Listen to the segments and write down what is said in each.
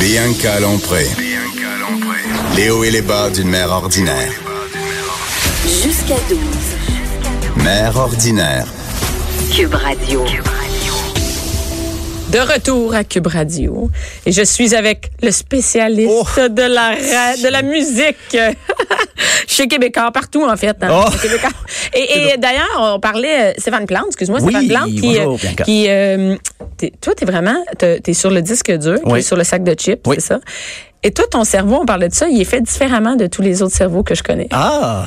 Bianca Lompré. Les hauts et les bas d'une mère ordinaire. Jusqu'à 12. Mère ordinaire. Cube Radio. De retour à Cube Radio. Et je suis avec le spécialiste Oh. de, la ra- de la musique. Chez Québécois, partout en fait. hein, Oh. chez Québécois. Et, et d'ailleurs, on parlait, euh, Stéphane Plante, excuse-moi, Oui, Stéphane Plante, qui, bonjour, euh, Bianca. qui euh, t'es- toi, t'es vraiment, t'es t'es sur le disque dur, Oui. t'es sur le sac de chips, Oui. c'est ça. Et toi, ton cerveau, on parlait de ça, il est fait différemment de tous les autres cerveaux que je connais. Ah,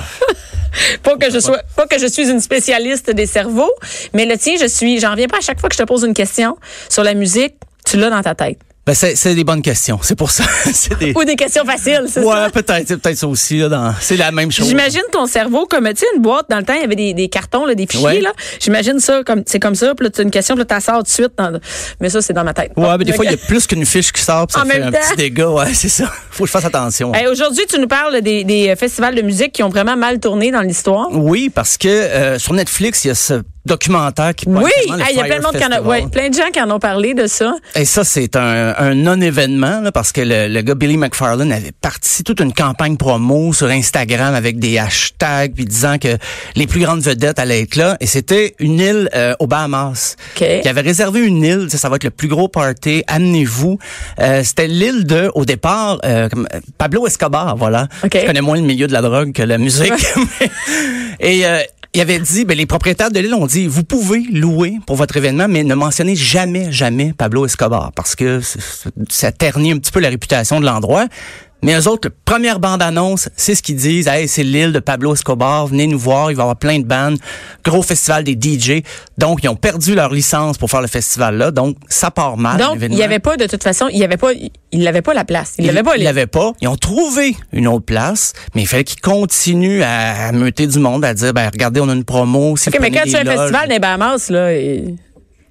Pas que je sois, pas que je suis une spécialiste des cerveaux, mais le tien, je suis, j'en reviens pas à chaque fois que je te pose une question sur la musique, tu l'as dans ta tête. ben c'est, c'est des bonnes questions. C'est pour ça. c'est des... Ou des questions faciles, c'est ça? Ouais, peut-être. C'est peut-être ça aussi. Là, dans... C'est la même chose. J'imagine ton cerveau comme, tu sais, une boîte, dans le temps, il y avait des, des cartons, là, des fichiers, Ouais. là. J'imagine ça comme, c'est comme ça, puis là, tu as une question, puis là, t'as sors tout de suite. dans- Mais ça, c'est dans ma tête. Ouais, mais des Donc, fois, il y a plus qu'une fiche qui sort, puis ça En fait même un temps. petit dégât. Ouais, c'est ça. Faut que je fasse attention. Hey, Aujourd'hui, tu nous parles des, des euh, festivals de musique qui ont vraiment mal tourné dans l'histoire. Oui, parce que euh, sur Netflix, il y a ce documentaire qui passe Oui, actuellement, le Hey, il y a plein Fire de, monde qui en a, Festival. ouais, plein de gens qui en ont parlé de ça. Et ça, c'est un, un non-événement, là, parce que le, le gars Billy McFarlane avait parti toute une campagne promo sur Instagram avec des hashtags, puis disant que les plus grandes vedettes allaient être là. Et c'était une île euh, aux Bahamas. OK. Il avait réservé une île, ça, ça va être le plus gros party, amenez-vous. Euh, c'était l'île de, au départ, euh, comme- euh, Pablo Escobar, voilà. OK. Je connais moins le milieu de la drogue que la musique. Et... euh, il avait dit, ben, les propriétaires de l'île ont dit, vous pouvez louer pour votre événement, mais ne mentionnez jamais, jamais Pablo Escobar, parce que c- c- ça ternit un petit peu la réputation de l'endroit. Mais eux autres, la première bande-annonce, c'est ce qu'ils disent, hey, c'est l'île de Pablo Escobar, venez nous voir, il va y avoir plein de bandes, gros festival des DJ. Donc, ils ont perdu leur licence pour faire le festival-là, donc ça part mal. Donc, il Ah, l'événement. n'y avait pas, de toute façon, il n'y avait pas, il n'avait pas la place. Il n'avait pas Ils les- l'avaient pas. Ils ont trouvé une autre place, mais il fallait qu'ils continuent à, à meuter du monde, à dire, ben, regardez, on a une promo. Si OK, vous mais quand prenez tu as un des loges- festival dans les Bahamas, là, et-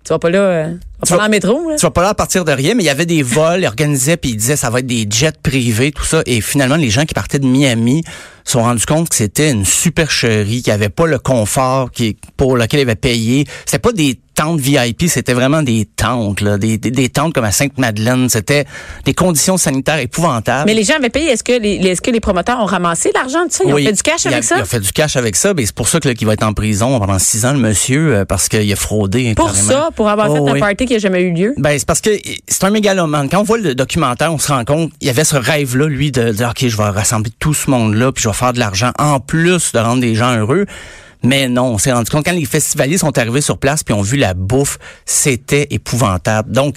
tu vas pas là, euh, tu vas pas en vas- métro, là. Tu vas pas là à partir de rien, mais il y avait des vols, ils organisaient, puis ils disaient ça va être des jets privés, tout ça. Et finalement, les gens qui partaient de Miami se sont rendus compte que c'était une supercherie, qu'il n'y avait pas le confort qui, pour lequel ils avaient payé. C'était pas des tentes VIP, c'était vraiment des tentes, là, des, des, des tentes comme à Sainte-Madeleine. C'était des conditions sanitaires épouvantables. Mais les gens avaient payé. Est-ce que les, les- est-ce que les promoteurs ont ramassé l'argent de ça? Ils Oui, ont fait du cash il a- avec ça? Il a fait du cash avec ça. mais C'est pour ça que, là, qu'il va être en prison pendant six ans, le monsieur, euh, parce qu'il a fraudé. Pour carrément. ça, pour avoir Oh, fait un oui. party qui n'a jamais eu lieu? Ben, c'est parce que euh, c'est un mégalomane. Quand on voit le documentaire, on se rend compte, il y avait ce rêve-là, lui, de dire, OK, je vais rassembler tout ce monde-là, puis je vais faire de l'argent en plus de rendre des gens heureux. Mais non, on s'est rendu compte, quand les festivaliers sont arrivés sur place, puis ont vu la bouffe, c'était épouvantable. Donc,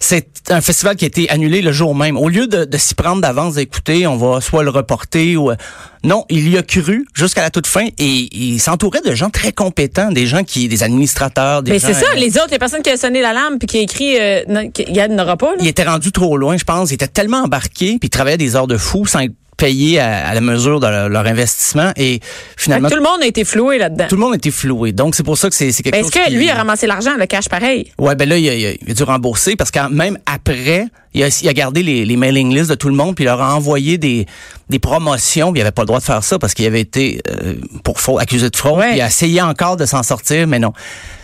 c'est un festival qui a été annulé le jour même. Au lieu de, de s'y prendre d'avance, d'écouter, on va soit le reporter ou... euh, Non, il y a cru jusqu'à la toute fin et il s'entourait de gens très compétents, des gens qui... des administrateurs, des Mais gens... c'est ça, euh, les autres, les personnes qui ont sonné l'alarme puis qui ont écrit, euh, non, qui- il y en aura pas, là. il était rendu trop loin, je pense. Il était tellement embarqué, puis il travaillait des heures de fou sans être payé à, à la mesure de leur, leur investissement. Et Fait que finalement, tout tout le monde a été floué là-dedans. le, monde était floué. Donc, c'est pour ça que c'est c'est quelque Ben, chose est-ce que qui- lui a ramassé l'argent, le cash pareil? Ouais, ben là, il a, il a- il a dû rembourser parce que même après, il a, il a gardé les, les mailing lists de tout le monde puis il leur a envoyé des, des promotions. puis Il avait pas le droit de faire ça parce qu'il avait été euh, pour fraude, accusé de fraude. Ouais. puis Il a essayé encore de s'en sortir, mais non.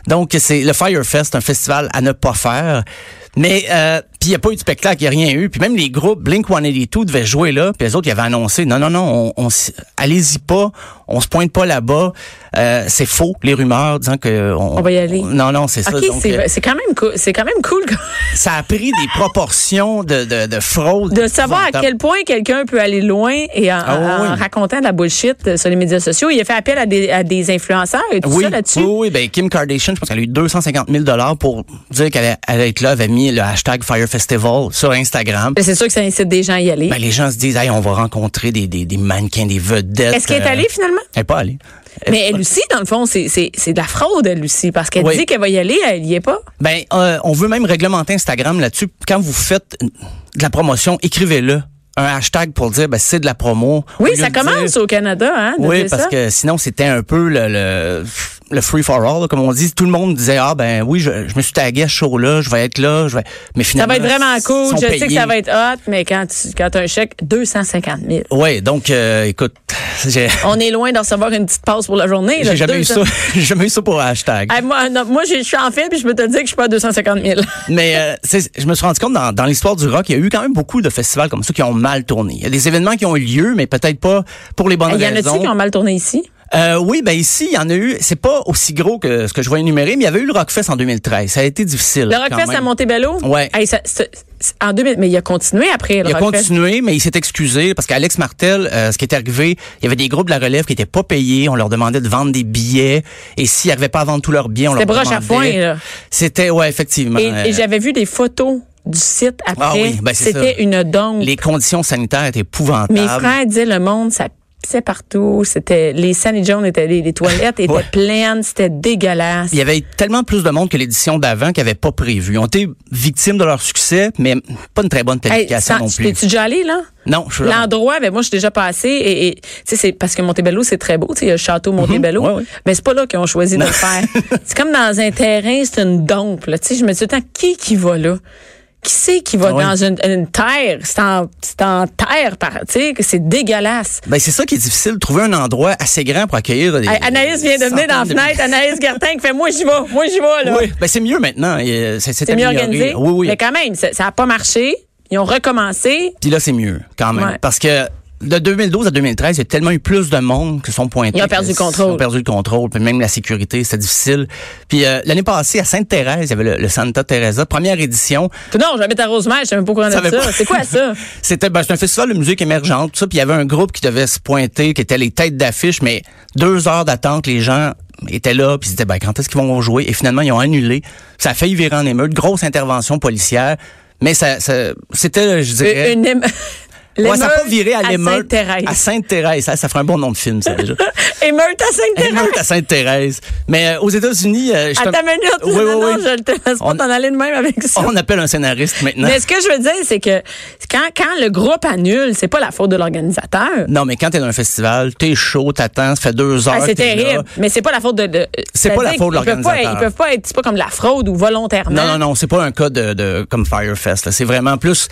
Donc, c'est le Firefest, un festival à ne pas faire. Mais euh, puis il n'y a pas eu de spectacle, il n'y a rien eu. Puis même les groupes Blink 182 devaient jouer là, puis les autres ils avaient annoncé non non non, on, on s- allez-y pas, on se pointe pas là-bas, Euh, c'est faux les rumeurs disant que on, On va y aller. Non non, c'est ça. OK, donc, euh, c'est, c'est quand même cool. C'est quand même cool que- ça a pris des proportions de, de, de fraude. de savoir à épouvantables. quel point quelqu'un peut aller loin et en, Ah oui, en oui. racontant de la bullshit euh, sur les médias sociaux. Il a fait appel à des, à des influenceurs et tout Oui, ça là-dessus. oui, oui, ben Kim Kardashian, je pense qu'elle a eu 250 000 pour dire qu'elle allait- allait être là, avait mis le hashtag Fire Festival sur Instagram. Ben, c'est sûr que ça incite des gens à y aller. Ben, les gens se disent, hey, on va rencontrer des, des, des mannequins, des vedettes. Est-ce qu'elle est euh, allée finalement? Elle n'est pas allée. Mais elle aussi, dans le fond, c'est, c'est, c'est de la fraude, elle aussi, parce qu'elle Oui. dit qu'elle va y aller, elle y est pas. Ben, euh, on veut même réglementer Instagram là-dessus. Quand vous faites de la promotion, écrivez-le. Un hashtag pour dire, ben, c'est de la promo. Au Oui, lieu ça de dire- commence au Canada, hein, de Oui, dire parce ça. que sinon, c'était un peu le... le- le free for all, là, comme on dit, tout le monde disait ah ben oui, je, je me suis tagué à ce show là, je vais être là, je vais. Mais Ça finalement, va être vraiment ils cool. sont Je sais que payés. ça va être hot, mais quand tu quand as un chèque, 250 000. Ouais, donc euh, écoute, j'ai On est loin de recevoir une petite pause pour la journée. là. j'ai jamais eu 200. ça, j'ai jamais eu ça pour hashtag. Hey, moi, non, moi, j'ai- je suis en file, puis je peux te dire que je suis pas à 250 000. Mais euh, c'est- je me suis rendu compte dans, dans l'histoire du rock, il y a eu quand même beaucoup de festivals comme ça qui ont mal tourné. Il y a des événements qui ont eu lieu, mais peut-être pas pour les bonnes Il y en raisons. a-tu qui ont mal tourné ici? Euh, oui, ben ici, il y en a eu. C'est pas aussi gros que ce que je vois énumérer, mais il y avait eu le Rockfest en 2013. Ça a été difficile. Le quand Rockfest même. à Montebello? Ouais. Hey, ça- c'est- c'est- en 2000, mais il a continué après, le Il a Rockfest. continué, mais il s'est excusé parce qu'Alex Martel, euh, ce qui est arrivé, il y avait des groupes de la relève qui étaient pas payés. On leur demandait de vendre des billets. Et s'ils n'arrivaient pas à vendre tous leurs billets, on leur C'était demandait... broche à foin, là. C'était, ouais, effectivement. Et, et Euh, j'avais vu des photos du site après. Ah oui, ben c'est ça. C'était une dongue. les conditions sanitaires étaient épouvantables. Mes frères disaient le monde, ça pissait partout. C'était les Sunny Jones étaient les, les toilettes étaient Ouais. pleines, c'était dégueulasse. Il y avait tellement plus de monde que l'édition d'avant qu'ils n'avaient pas prévu. Ils ont été victimes de leur succès, mais pas une très bonne Hey, planification sans- non tu- plus. T'es-tu déjà allé, là? Non, je suis là. L'endroit, ben moi, je suis déjà passé et, et, tu sais, c'est parce que Montebello, c'est très beau. Tu sais, il y a le château Montebello. Mhm. ouais, ouais. Mais c'est pas là qu'ils ont choisi de le faire. c'est comme dans un terrain, c'est une dompe, là. Tu sais, je me dis, attends, qui qui va là? Qui c'est qui va Ah ouais. dans une, une terre? C'est en, c'est en terre, par- tu sais, que c'est dégueulasse. Ben, c'est ça qui est difficile, de trouver un endroit assez grand pour accueillir des. Hey, Anaïs vient de venir dans la centaines de- fenêtre. Anaïs Gertin qui fait, moi, j'y vais, moi, j'y vais, là. Oui, ben, c'est mieux maintenant. Et, euh, ça s'est C'est mieux amélioré. organisé. Oui, oui. Mais quand même, ça n'a pas marché. Ils ont recommencé. Puis là, c'est mieux, quand même. Ouais. Parce que de 2012 à 2013, il y a tellement eu plus de monde qui sont pointés. Ils ont perdu que le contrôle. Ils ont perdu le contrôle. Puis même la sécurité, c'était difficile. Puis euh, l'année passée, à Sainte-Thérèse, il y avait le, le Santa Teresa, première édition. Non, j'habite à Rosemère, je sais même pas quoi Ça de avait ça. pas- C'est quoi ça? C'était ben, c'était un festival de musique émergente, tout ça. Puis il y avait un groupe qui devait se pointer, qui était les têtes d'affiche, mais deux heures d'attente, les gens étaient là, puis ils se disaient, ben, quand est-ce qu'ils vont jouer? Et finalement, ils ont annulé. Ça a failli virer en émeute. Grosse intervention policière. Mais ça, ça- c'était, je dirais... Une éme- Ouais, ça a pas viré à L'émeute l'émeute. Sainte-Thérèse. À Sainte-Thérèse. Ça, ça ferait un bon nom de film, ça, déjà. Émeute à Sainte-Thérèse. L'émeute à Sainte-Thérèse. Mais euh, aux États-Unis, euh, je À te- ta minute, Oui, non, oui, non, oui. je le te laisse pas On- t'en aller de même avec ça. On appelle un scénariste maintenant. Mais ce que je veux dire, c'est que quand, quand le groupe annule, c'est pas la faute de l'organisateur. Non, mais quand t'es dans un festival, t'es chaud, t'attends, ça fait deux heures. Ah, c'est que t'es là. terrible. Mais c'est pas la faute de. de- C'est pas la c'est-à-dire faute de qu'ils peuvent pas- l'organisateur. Ils peuvent pas être. C'est pas comme la fraude ou volontairement. Non, non, non, c'est pas un cas de, de comme Firefest. là. C'est vraiment plus,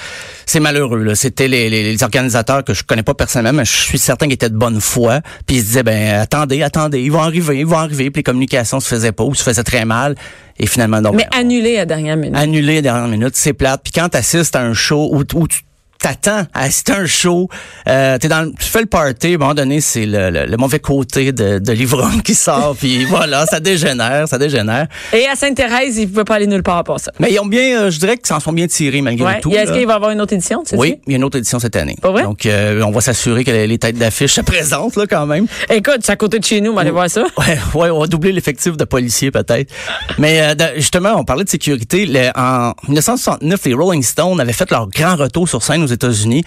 c'est malheureux. là. C'était les, les- les organisateurs que je connais pas personnellement, mais je suis certain qu'ils étaient de bonne foi. Puis ils se disaient, ben attendez, attendez, ils vont arriver, ils vont arriver. Puis les communications se faisaient pas ou se faisaient très mal. Et finalement, donc, Mais ben, annulé à la dernière minute. annulé à dernière minute, c'est plate. Puis quand t'assistes à un show où, où tu t'attends à assister à un show, euh, t'es dans, le- tu fais le party, à un moment donné, c'est le, le- le mauvais côté de, de l'ivrogne qui sort. Puis voilà, ça dégénère, ça dégénère. Et à Sainte-Thérèse, ils pouvaient pas aller nulle part pour ça. Mais ils ont bien, euh, je dirais qu'ils s'en sont bien tirés malgré Ouais. tout. Et Est-ce là. qu'il va y avoir une autre édition? Tu Oui, dis? il y a une autre édition cette année. Pas vrai? Donc, euh, on va s'assurer que les, les têtes d'affiche se présentent là quand même. Écoute, c'est à côté de chez nous, on va aller voir ça. Ouais, ouais, on va doubler l'effectif de policiers peut-être. Mais euh, de- justement, on parlait de sécurité. Le- en 1969, les Rolling Stones avaient fait leur grand retour sur scène aux États-Unis.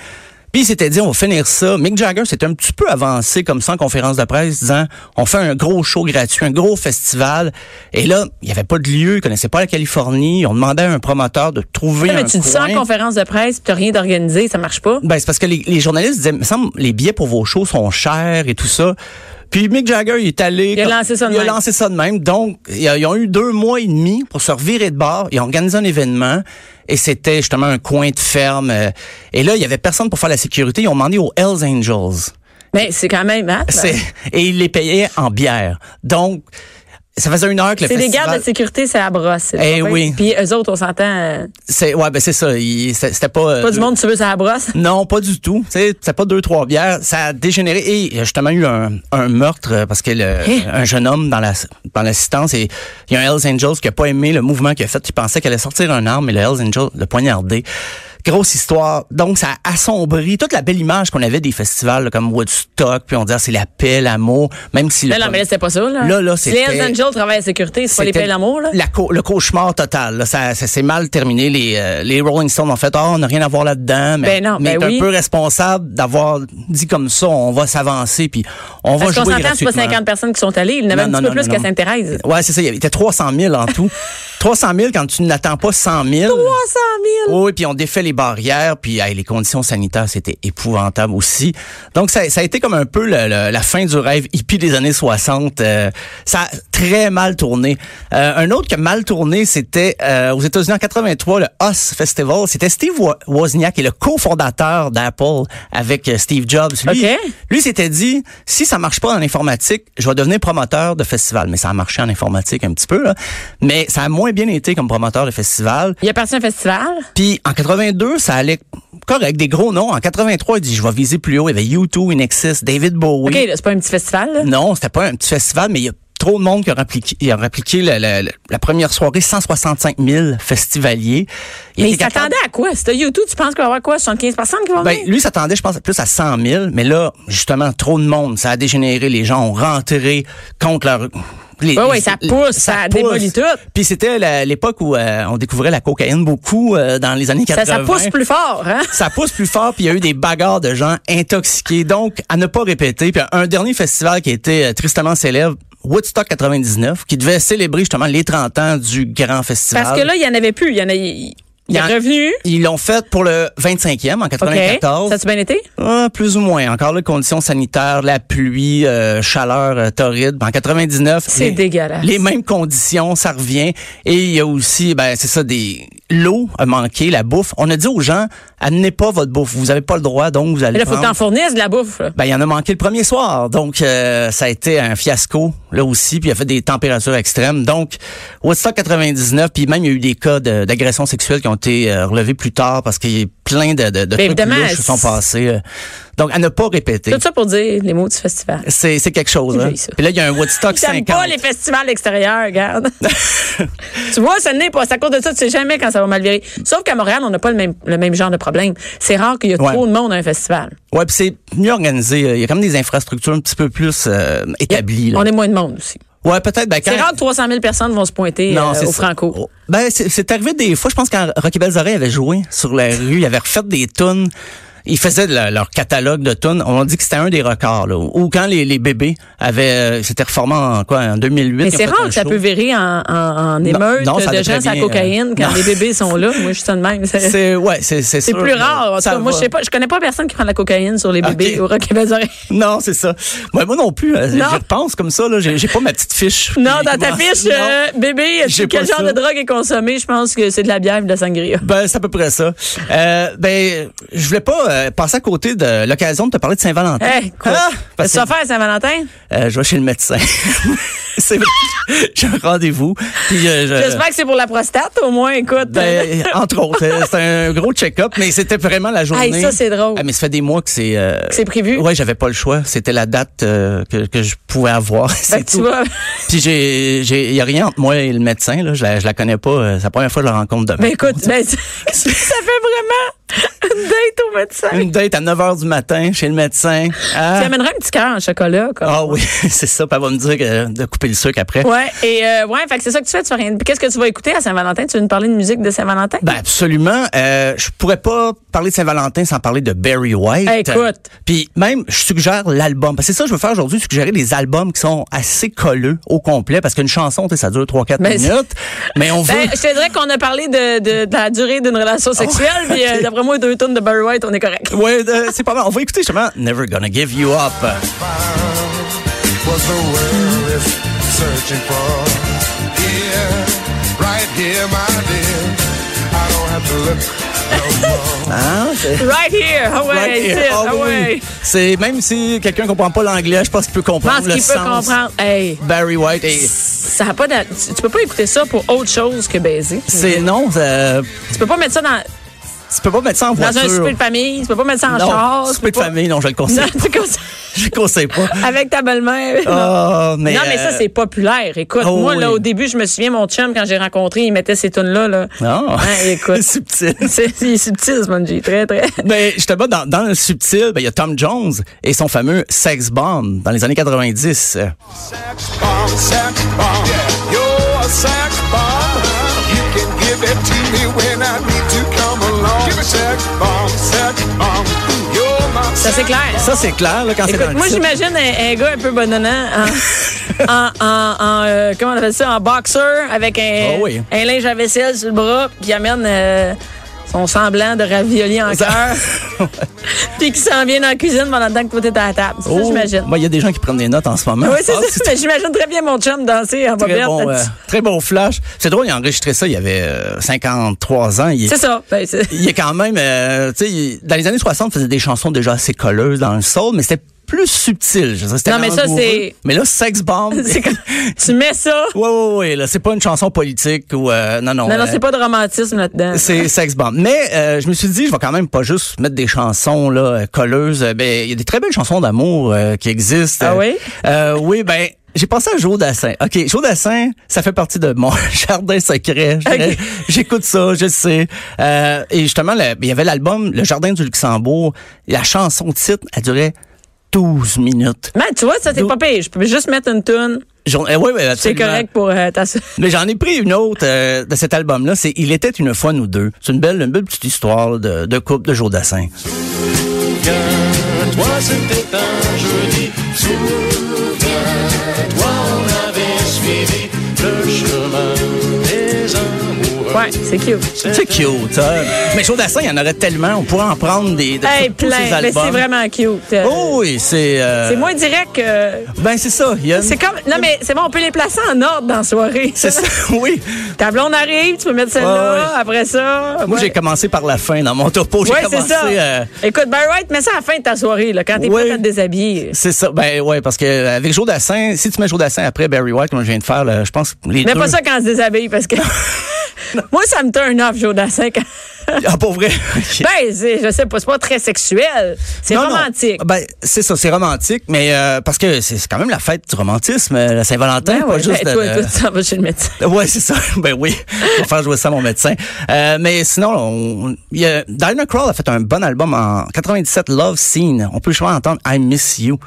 Puis ils s'étaient dit, on va finir ça. Mick Jagger s'était un petit peu avancé comme ça en conférence de presse, disant, on fait un gros show gratuit, un gros festival. Et là, il n'y avait pas de lieu, ils connaissaient pas la Californie. On demandait à un promoteur de trouver Ouais, un mais tu dis ça en coin. conférence de presse, puis t'as rien d'organisé, ça marche pas. Ben, c'est parce que les, les journalistes disaient, me semble, les billets pour vos shows sont chers et tout ça. Puis Mick Jagger, il est allé. Il a lancé ça de il a même. lancé ça de même. Donc, il y a- ils ont eu deux mois et demi pour se revirer de bord. Ils ont organisé un événement. Et c'était justement un coin de ferme. euh, Et là, il y avait personne pour faire la sécurité. Ils ont demandé aux Hells Angels. Mais c'est quand même. hein, C'est- Et ils les payaient en bière. Donc, ça faisait une heure que le C'est les festival... gardes de sécurité, c'est la brosse. c'est Eh pas vrai. oui. Puis eux autres, on s'entend. euh, C'est, ouais, ben c'est ça. Ils- C'était c'était pas... euh, Pas du monde, tu veux, c'est la brosse. Non, pas du tout. Tu sais, C'est pas deux, trois bières. Ça a dégénéré. Et il y a justement eu un, un meurtre euh, parce que le- Hein? un jeune homme dans la dans l'assistance et il y a un Hells Angels qui a pas aimé le mouvement qu'il a fait. Il pensait qu'elle allait sortir un arme, mais le Hells Angels l'a poignardé. Grosse histoire. Donc, ça a assombri toute la belle image qu'on avait des festivals là, comme Woodstock, puis on disait c'est la paix, l'amour, même si... le- Là, Ben non, mais là, c'était pas ça, là. Là, là, Si Les Hells c'était- Angels travaillent à la sécurité, c'est pas les c'était pays d'amour, là. la cau- le cauchemar total. là. Ça, ça s'est mal terminé. Les, euh, les Rolling Stones ont fait Ah, on n'a rien à voir là-dedans. Mais, Ben non, mais ben t'es oui. un peu responsable d'avoir dit comme ça, on va s'avancer puis on va Parce qu'on jouer s'entend, c'est pas gratuitement. 50 personnes qui sont allées. Il y en avait un Non, petit non, peu non, plus non, Oh. qu'à non. Sainte-Thérèse. Ouais, c'est ça. Il y avait- il était 300 000 en tout. 300 000 quand tu n'attends pas 100 000. 300 000. Oh. Oui, puis on défait les les barrières, puis hey, les conditions sanitaires, c'était épouvantable aussi. Donc, ça, ça a été comme un peu le- le- la fin du rêve hippie des années 60. Euh, ça a très mal tourné. Euh, un autre qui a mal tourné, c'était euh, aux États-Unis en 83, le Us Festival. C'était Steve Wo- Wozniak, qui est le cofondateur d'Apple avec euh, Steve Jobs. Lui, OK. lui s'était dit, si ça marche pas en informatique, je vais devenir promoteur de festival. Mais ça a marché en informatique un petit peu, là. Mais ça a moins bien été comme promoteur de festival. Il appartient à un festival. Puis en 82, ça allait correct, des gros noms. En 83, il dit, je vais viser plus haut. Il y avait U2, Inexis, David Bowie. OK, là, c'est pas un petit festival. là. Non, c'était pas un petit festival, mais il y a trop de monde qui a appliqué, il a appliqué la, la- la- la première soirée, 165 000 festivaliers. Il Mais était il s'attendait à quoi? C'était YouTube, tu penses qu'il va y avoir quoi? 75 qui vont ben, venir? lui s'attendait, je pense, plus à 100 000, mais là, justement, trop de monde, ça a dégénéré, les gens ont rentré contre leur... Les, Ouais, ouais, ça pousse, ça démolit tout. Puis c'était la- l'époque où euh, on découvrait la cocaïne beaucoup euh, dans les années Ça, 80. ça pousse plus fort, hein? ça pousse plus fort, puis il y a eu des bagarres de gens intoxiqués. Donc, à ne pas répéter. Puis un dernier festival qui était euh, tristement célèbre, Woodstock 99, qui devait célébrer justement les 30 ans du grand festival. Parce que là, il y en avait plus. Il y en a, il, il est Il y en- revenu. Ils l'ont fait pour le 25e en OK. 94. Ça a-tu bien été? Ah, plus ou moins. Encore les conditions sanitaires, la pluie, euh, chaleur euh, torride. En 99, C'est les- dégueulasse. Les mêmes conditions, ça revient. Et il y a aussi, ben, c'est ça, des l'eau a manqué, la bouffe. On a dit aux gens, amenez pas votre bouffe, vous avez pas le droit, donc vous Mais allez. là, faut que prendre- t'en fournisses de la bouffe. là. ben, il en a manqué le premier soir. Donc, euh, ça a été un fiasco, là aussi. Puis, il a fait des températures extrêmes. Donc, Woodstock 99, puis même, il y a eu des cas de- d'agressions sexuelles qui ont été euh, relevés plus tard parce qu'il y a plein de, de, de Ben, trucs évidemment, louches qui sont c'est- passés. euh. Donc, à ne pas répéter. Tout ça pour dire les mots du festival. C'est c'est quelque chose. J'ai Hein? eu ça. Puis là, il y a un Woodstock J'aime 50. pas les festivals extérieurs, regarde. tu vois, ça n'est pas. C'est à cause de ça, tu sais jamais quand ça va mal virer. Sauf qu'à Montréal, on n'a pas le même, le même genre de problème. C'est rare qu'il y ait Ouais. trop de monde à un festival. Ouais, puis c'est mieux organisé. Il y a quand même des infrastructures un petit peu plus euh, établies. là. On est moins de monde aussi. Ouais, peut-être. Ben, C'est quand- rare que 300 000 personnes vont se pointer euh, c'est au ça. Franco. Oh. Ben, c'est c'est arrivé des fois. Je pense quand Rocky Belzoré avait joué sur la rue, il avait refait des tunes. Ils faisaient de la- leur catalogue de tunes. On dit que c'était un des records. Là. Ou quand les, les bébés avaient, euh, s'étaient reformés en quoi, en 2008. Mais ils ont c'est fait rare un que ça show. peut virer en, en, en émeute non, ça de va très gens à bien, cocaïne quand euh, les bébés sont là. Moi, je suis ça de même. C'est C'est ouais, c'est c'est euh, c'est sûr, plus mais rare. En tout ça cas, moi, va. je sais pas, je connais pas personne qui prend de la cocaïne sur les bébés Ok. au Rock Belzoré. Non, c'est ça. Ouais, moi non plus. euh, Non. Je pense comme ça. Là, j'ai j'ai pas ma petite fiche. Non, qui dans ta commence- fiche, Non. euh, bébé, J'ai quel pas genre de ça. drogue est consommée? Je pense que c'est de la bière et de la sangria. Ben, c'est à peu près ça. Euh, ben, je voulais pas euh, passer à côté de l'occasion de te parler de Saint-Valentin. Hey, Eh, quoi? Ah, parce Qu'est-ce que que tu vas faire, Saint-Valentin? euh, je vais chez le médecin. c'est vrai. J'ai un rendez-vous. Puis, euh, je- J'espère que c'est pour la prostate, au moins, écoute. ben, entre autres, euh, c'est un gros check-up, mais c'était vraiment la journée. Hey, ça, c'est drôle. Ah, mais ça fait des mois que c'est. euh, C'est prévu. Ouais, j'avais pas le choix. C'était la date euh, que, que je pouvais avoir. Fait c'est que Ben, tu tout. vois, Puis j'ai, j'ai, y a rien entre moi et le médecin. Là, je la, je la connais pas. euh, C'est la première fois que je la rencontre demain. ben écoute, ben, ça fait vraiment une date au médecin. Une date à 9 h du matin chez le médecin. Ah. Tu amèneras un petit cœur en chocolat, comme. Ah oui, c'est ça. Puis elle va me dire que- de couper le sucre après. Ouais, et euh, ouais, fait que c'est ça que tu fais, tu fais rien. Puis Qu'est-ce que tu vas écouter à Saint-Valentin? Tu veux nous parler de musique de Saint-Valentin? Ben absolument. Euh, je pourrais pas parler de Saint-Valentin sans parler de Barry White. Hey, Eh, écoute. Puis même, je suggère l'album. Parce que c'est ça que je veux faire aujourd'hui, suggérer des albums qui sont assez colleux au complet. Parce qu'une chanson, tu sais, ça dure 3-4 Ben, c'est- minutes. Mais on veut... Ben, je te dirais qu'on a parlé de, de, de la durée d'une relation Ah, sexuelle, puis euh, d'après moi, deux tonnes de Barry White, on est correct. Ouais, euh, c'est pas mal. On va écouter justement Never Gonna Give You Up. was the world is searching for. Here, right here, my dear. I don't have to look no more. Hein? C'est- Right here, ah ouais, Right here. ici, Ah ah oui, oui. ouais. C'est même si quelqu'un comprend pas l'anglais, je pense qu'il peut Je comprendre pense le qu'il peut sens. comprendre. Hey, Barry White et ça a pas d'a- tu, tu peux pas écouter ça pour autre chose que baiser. c'est non, ça- Tu peux pas mettre ça dans, tu peux pas mettre ça en dans voiture. un souper de famille, tu peux pas mettre ça en non, char. tu souper de peux pas- famille, non, je le Non, conseille. c'est comme ça. je le conseille pas. Avec ta belle-mère. Ah, mais, non, mais ça, euh, c'est populaire. Écoute, oh moi, là, oui. au début, je me souviens, mon chum, quand j'ai rencontré, il mettait ces tunes-là. Là. non. Hein, écoute. subtil. Ben, C'est il est subtil, ce Mungie. Très, très. Mais justement, dans, dans le subtil, ben, il y a Tom Jones et son fameux sex bomb dans les années 90. Euh, Sex bomb, sex bomb. You're a sex bomb. You can give it to me when I need to come along. Give it sex bomb, sex bomb. You're my Ça, c'est clair. Ça, c'est clair, là, quand c'est dans Écoute, le moi, titre. j'imagine un, un gars un peu bononnant en, en, en- en, euh, comment on appelle ça, en boxeur, avec un, Ah oui. un linge à vaisselle sur le bras, puis il amène euh, son semblant de ravioli en cœur, puis qui s'en vient dans la cuisine pendant le temps que toi, t'es à la table. C'est ça, Oh, j'imagine. Moi, il y a des gens qui prennent des notes en ce moment. Oui, c'est Ah, ça. Mais J'imagine très bien mon chum danser en Très bobette. bon, euh, très bon flash. C'est drôle, il a enregistré ça, il avait euh, 53 ans. Il, C'est ça. Ben, c'est- il est quand même, euh, tu sais, il- dans les années 60, il faisait des chansons déjà assez colleuses dans le soul, mais c'était plus subtil. Je veux dire, c'était Non, mais ça, langoureux. c'est- Mais là, Sex Bomb. c'est quand- tu mets ça. Ouais, ouais, ouais, là, c'est pas une chanson politique ou, euh, non, non. Non, non, euh, c'est pas de romantisme là-dedans. c'est Sex Bomb. Mais euh, je me suis dit, je vais quand même pas juste mettre des chansons là euh, colleuses. Euh, Ben, il y a des très belles chansons d'amour euh, qui existent. Ah Euh, oui? euh, oui, ben. J'ai pensé à Joe Dassin. OK, Joe Dassin, ça fait partie de mon jardin secret. Je dirais, Ok. J'écoute ça, je le sais. Euh, et justement, le- il y avait l'album Le Jardin du Luxembourg. La chanson titre, elle durait 12 minutes. Man, tu vois, ça, c'est D'où- pas pire. Je peux juste mettre une toune. J'en- eh oui, oui, C'est absolument. correct pour euh, ta so- Mais j'en ai pris une autre euh, de cet album-là. C'est Il était une fois nous deux. C'est une belle, une belle petite histoire de, de couple de Joe Dassin. Souviens-toi, c'était un jeudi. Souviens-toi, on avait suivi le chemin des amoureux. Ouais, c'est cute. C'est cute, ça. Mais Joe Dassin, il y en aurait tellement. On pourrait en prendre des de Hey, sur tous ses plein. Mais albums. c'est vraiment cute. Euh, Oh oui, c'est. euh, C'est moins direct que. Ben c'est ça. il y a une- C'est comme. Non, mais c'est bon, on peut les placer en ordre dans la soirée. C'est ça. Oui. Ta blonde arrive, tu peux mettre celle-là, Ouais, ouais. après ça. Moi, Ouais. j'ai commencé par la fin dans mon topo. J'ai Ouais, c'est commencé. ça. euh, Écoute, ben right, mets ça à la fin de ta soirée, là, quand t'es Ouais. prête à te déshabiller. c'est ça. Ben ouais, parce que euh, avec Joe Dassin, si tu mets Joe Dassin après Barry White, comme je viens de faire, là, je pense que les Mets deux. pas ça quand on se déshabille, parce que. Moi, ça me turn off, Joe Dassin. Quand... Ah, pour vrai. OK. Ben, c'est- je sais pas, c'est pas très sexuel. C'est Non, non. romantique. Ben, c'est ça, c'est romantique, mais euh, parce que c'est c'est quand même la fête du romantisme, euh, la Saint-Valentin, Ben pas ouais, juste ben, de- toi, de- toi, tu t'en vas chez le médecin. Ouais, c'est ça. Ben oui, je vais faire jouer ça à mon médecin. Euh, mais sinon, on, il y a, Diana Krall a fait un bon album en 97, Love Scene. On peut souvent entendre I Miss You.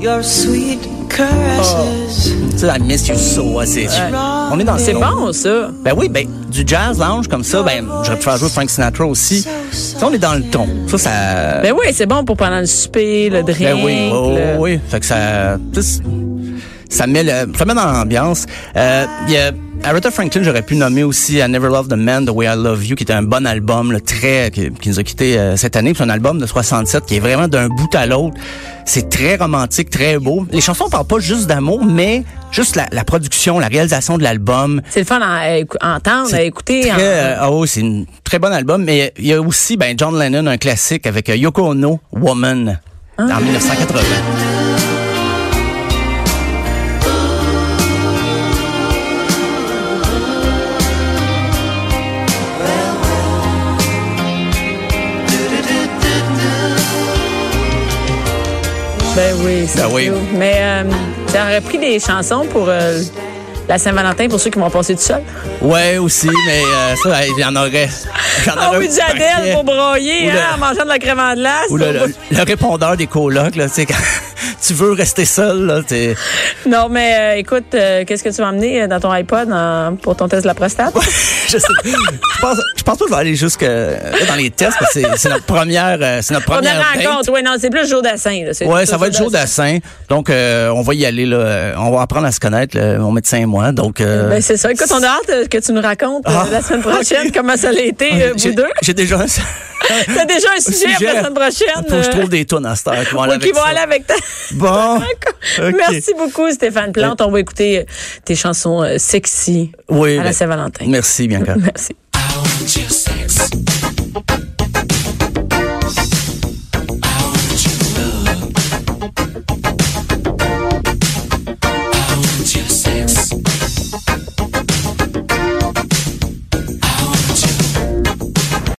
Your sweet caresses. Tu sais, I Miss You So. ouais, c'est- On est dans le C'est son. bon, ça. Ben oui, ben du jazz lounge comme ça, ben j'aurais pu faire jouer Frank Sinatra aussi. Ça, on est dans le ton. Ça, ça. Ben oui, c'est bon pour pendant le souper, le drink. Ben oui, oh, le- oui. Fait que ça, tu sais, ça met le, ça met dans l'ambiance. Euh, il y a Aretha Franklin, j'aurais pu nommer aussi I Never Love the Man, The Way I Love You, qui était un bon album, le très, qui, qui nous a quitté cette année. Puis C'est un album de 67 qui est vraiment d'un bout à l'autre. C'est très romantique, très beau. Les chansons parlent pas juste d'amour, mais juste la, la production, la réalisation de l'album. C'est le fun à, écou- à entendre, à écouter. Très, en- euh, ah oui, c'est un très bon album. Mais il y a aussi ben, John Lennon, un classique avec euh, Yoko Ono, Woman, en 1980. Ben oui, c'est Ben oui. cute. Mais euh, tu aurais pris des chansons pour euh, la Saint-Valentin pour ceux qui vont passer tout seul. Ouais, aussi, mais euh, ça, hey, j'en aurais. J'en Ah aurais oui, un du Adèle paquet. pour broyer Ou le- hein, en mangeant de la crème en glace. Ou le, le- le répondeur des colocs, là, tu sais, quand tu veux rester seul, là, t'es. Non, mais euh, écoute, euh, qu'est-ce que tu vas emmener euh, dans ton iPod en- pour ton test de la prostate? Je, sais, je, pense, je pense pas que je vais aller jusque euh, là, dans les tests, parce que c'est- c'est notre première, euh, c'est notre On première a date. rencontre, oui, non, c'est plus Joe Dassin. Là, c'est Ouais, tout ça va être jour d'assin. Donc, euh, on va y aller, là. euh, On va apprendre à se connaître, là, mon médecin et moi. Donc, euh, Ben, c'est ça. Écoute, on a hâte euh, que tu nous racontes euh, Ah, la semaine prochaine comment ça l'a été, euh, vous j'ai deux. j'ai déjà un T'as déjà un sujet, pour la semaine prochaine. Faut que je trouve euh, des tonnes à cette heure qui vont aller oui, qui avec vont ça. Ben, aller avec ta... Bon. Ah, OK. Merci beaucoup, Stéphane Plante. On va écouter euh, tes chansons euh, sexy Oui. à la ben, Saint-Valentin. Merci, Bianca. Merci. Just sex.